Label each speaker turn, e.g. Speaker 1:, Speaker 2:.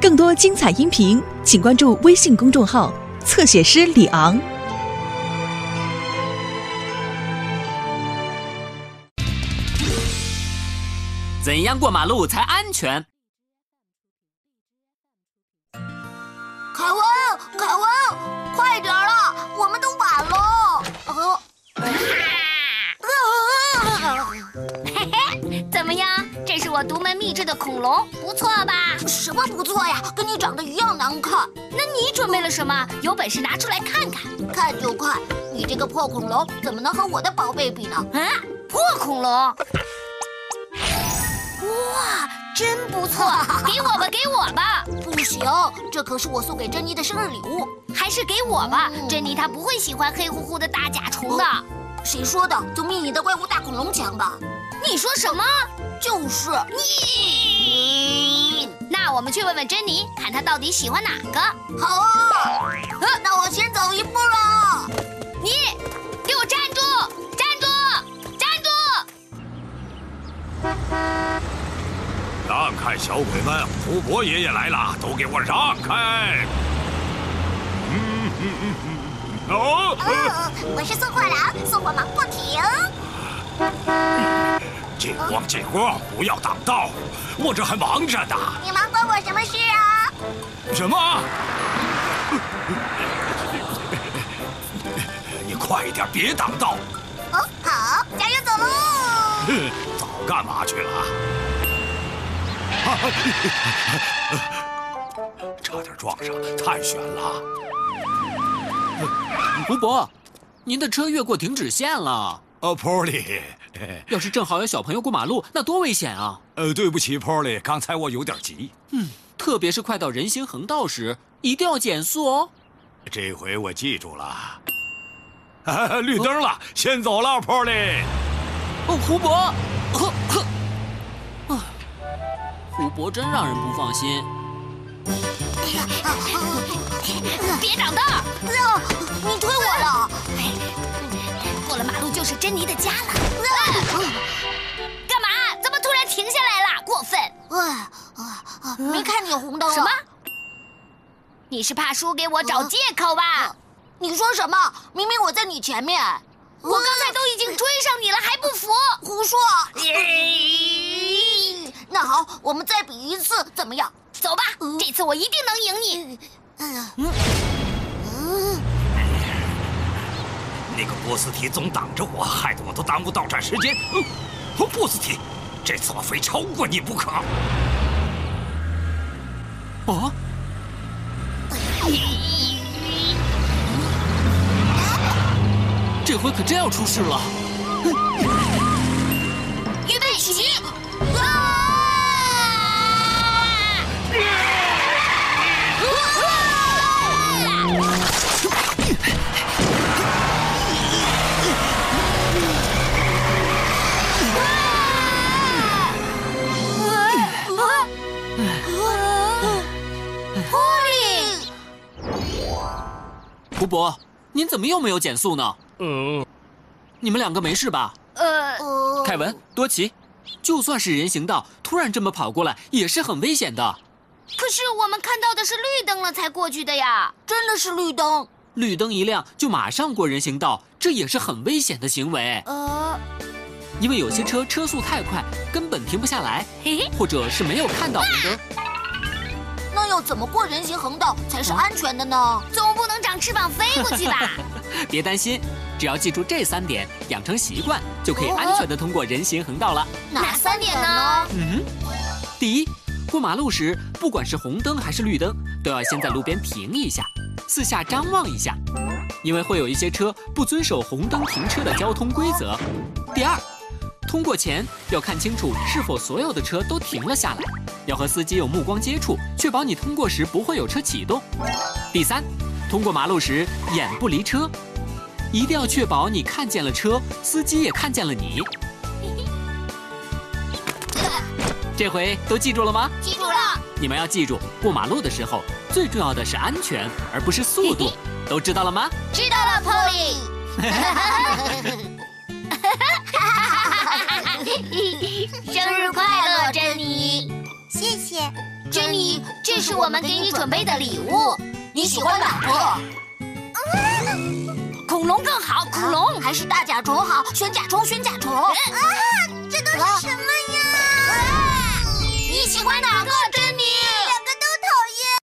Speaker 1: 更多精彩音频，请关注微信公众号“侧写师李昂”。
Speaker 2: 怎样过马路才安全？
Speaker 3: 凯文，凯文，快点儿啦，我们都晚了。哦、啊，
Speaker 4: 嘿嘿，怎么样？这是我独门秘制的恐龙，不错吧？
Speaker 3: 什么不错呀，跟你长得一样难看。
Speaker 4: 那你准备了什么？有本事拿出来看看！
Speaker 3: 看就看，你这个破恐龙怎么能和我的宝贝比呢？
Speaker 4: 啊，破恐龙！哇，真不错！给我吧，给我吧，
Speaker 3: 不行，这可是我送给珍妮的生日礼物。
Speaker 4: 还是给我吧。珍妮她不会喜欢黑乎乎的大甲虫的。
Speaker 3: 谁说的？总比你的怪物大恐龙强吧？
Speaker 4: 你说什么？
Speaker 3: 就是
Speaker 4: 你。那我们去问问珍妮，看她到底喜欢哪个。
Speaker 3: 好啊，那我先走一步了。
Speaker 4: 你，给我站住！站住！站住！
Speaker 5: 让开，小鬼啊们！胡伯爷爷来了，都给我让开！嗯嗯嗯嗯，哦，
Speaker 3: 哦，我是送货郎，送货忙不停。
Speaker 5: 借光借光，不要挡道，我这还忙着呢。
Speaker 3: 你忙关我什么事啊？
Speaker 5: 什么？ 你快一点，别挡道！
Speaker 3: 哦，好，加油走喽！
Speaker 5: 早干嘛去了 啊？差点撞上，太悬了！
Speaker 2: 胡伯，您的车越过停止线了。
Speaker 5: 哦，Polly，
Speaker 2: 要是正好有小朋友过马路，那多危险啊！
Speaker 5: 呃，对不起，Polly，刚才我有点急。
Speaker 2: 特别是快到人行横道时，一定要减速哦。
Speaker 5: 这回我记住了。啊、绿灯了，先走了，Polly。
Speaker 2: 哦，胡伯，呵呵，啊，胡伯真让人不放心。
Speaker 4: 别挡道！
Speaker 3: 啊，你推我了！
Speaker 4: 过了马路就是珍妮的家了。呃干嘛？怎么突然停下来了？过分！
Speaker 3: 哎，啊啊，没看你红灯了
Speaker 4: 什么？？你是怕输给我找借口吧？
Speaker 3: 你说什么？明明我在你前面。
Speaker 4: 我刚才都已经追上你了，还不服？
Speaker 3: 胡说。
Speaker 4: 呃
Speaker 3: 那嗯好，我们再比一次，怎么样？
Speaker 4: 走吧，这次我一定能赢你。
Speaker 5: 那个波斯提总挡着我，害得我都耽误到站时间。哦，波斯提，这次我非超过你不可！
Speaker 2: 啊，这回可真要出事了。
Speaker 4: 预备起！呃
Speaker 2: 胡伯，您怎么又没有减速呢？嗯，你们两个没事吧？
Speaker 4: 呃，
Speaker 3: 呃
Speaker 2: 凯文、多奇，就算是人行道，突然这么跑过来也是很危险的。
Speaker 4: 可是我们看到的是绿灯了才过去的呀。
Speaker 3: 真的是绿灯。
Speaker 2: 绿灯一亮就马上过人行道，这也是很危险的行为。
Speaker 4: 呃，
Speaker 2: 因为有些车车速太快，根本停不下来，
Speaker 4: 嘿嘿，
Speaker 2: 或者是没有看到红灯。
Speaker 3: 那要怎么过人行横道才是安全的呢？
Speaker 4: 总不能长翅膀飞过 去吧？
Speaker 2: 别担心，只要记住这三点，养成习惯，就可以
Speaker 4: 哦
Speaker 2: 安全的通过人行横道了。
Speaker 4: 哪三点
Speaker 3: 哪
Speaker 4: 呢？
Speaker 2: 嗯哼，第一，过马路时，不管是红灯还是绿灯，都要先在路边停一下，四下张望一下，因为会有一些车不遵守红灯停车的交通规则。第二，通过前要看清楚是否所有的车都停了下来，要和司机有目光接触，确保你通过时不会有车启动。第三，通过马路时眼不离车，一定要确保你看见了车，司机也看见了你。这回都记住了吗？
Speaker 4: 记住了。
Speaker 2: 你们要记住，过马路的时候最重要的是安全，而不是速度，都知道了吗？
Speaker 4: 知道了，Polly。生日快乐，珍妮！
Speaker 3: 谢谢。
Speaker 4: 谢。
Speaker 3: 珍妮，这是我们给你准备的礼物，
Speaker 4: 你喜欢哪个？
Speaker 3: 恐龙更好，恐龙。嗯
Speaker 4: 还是大甲虫好？选甲虫，选甲虫。啊！啊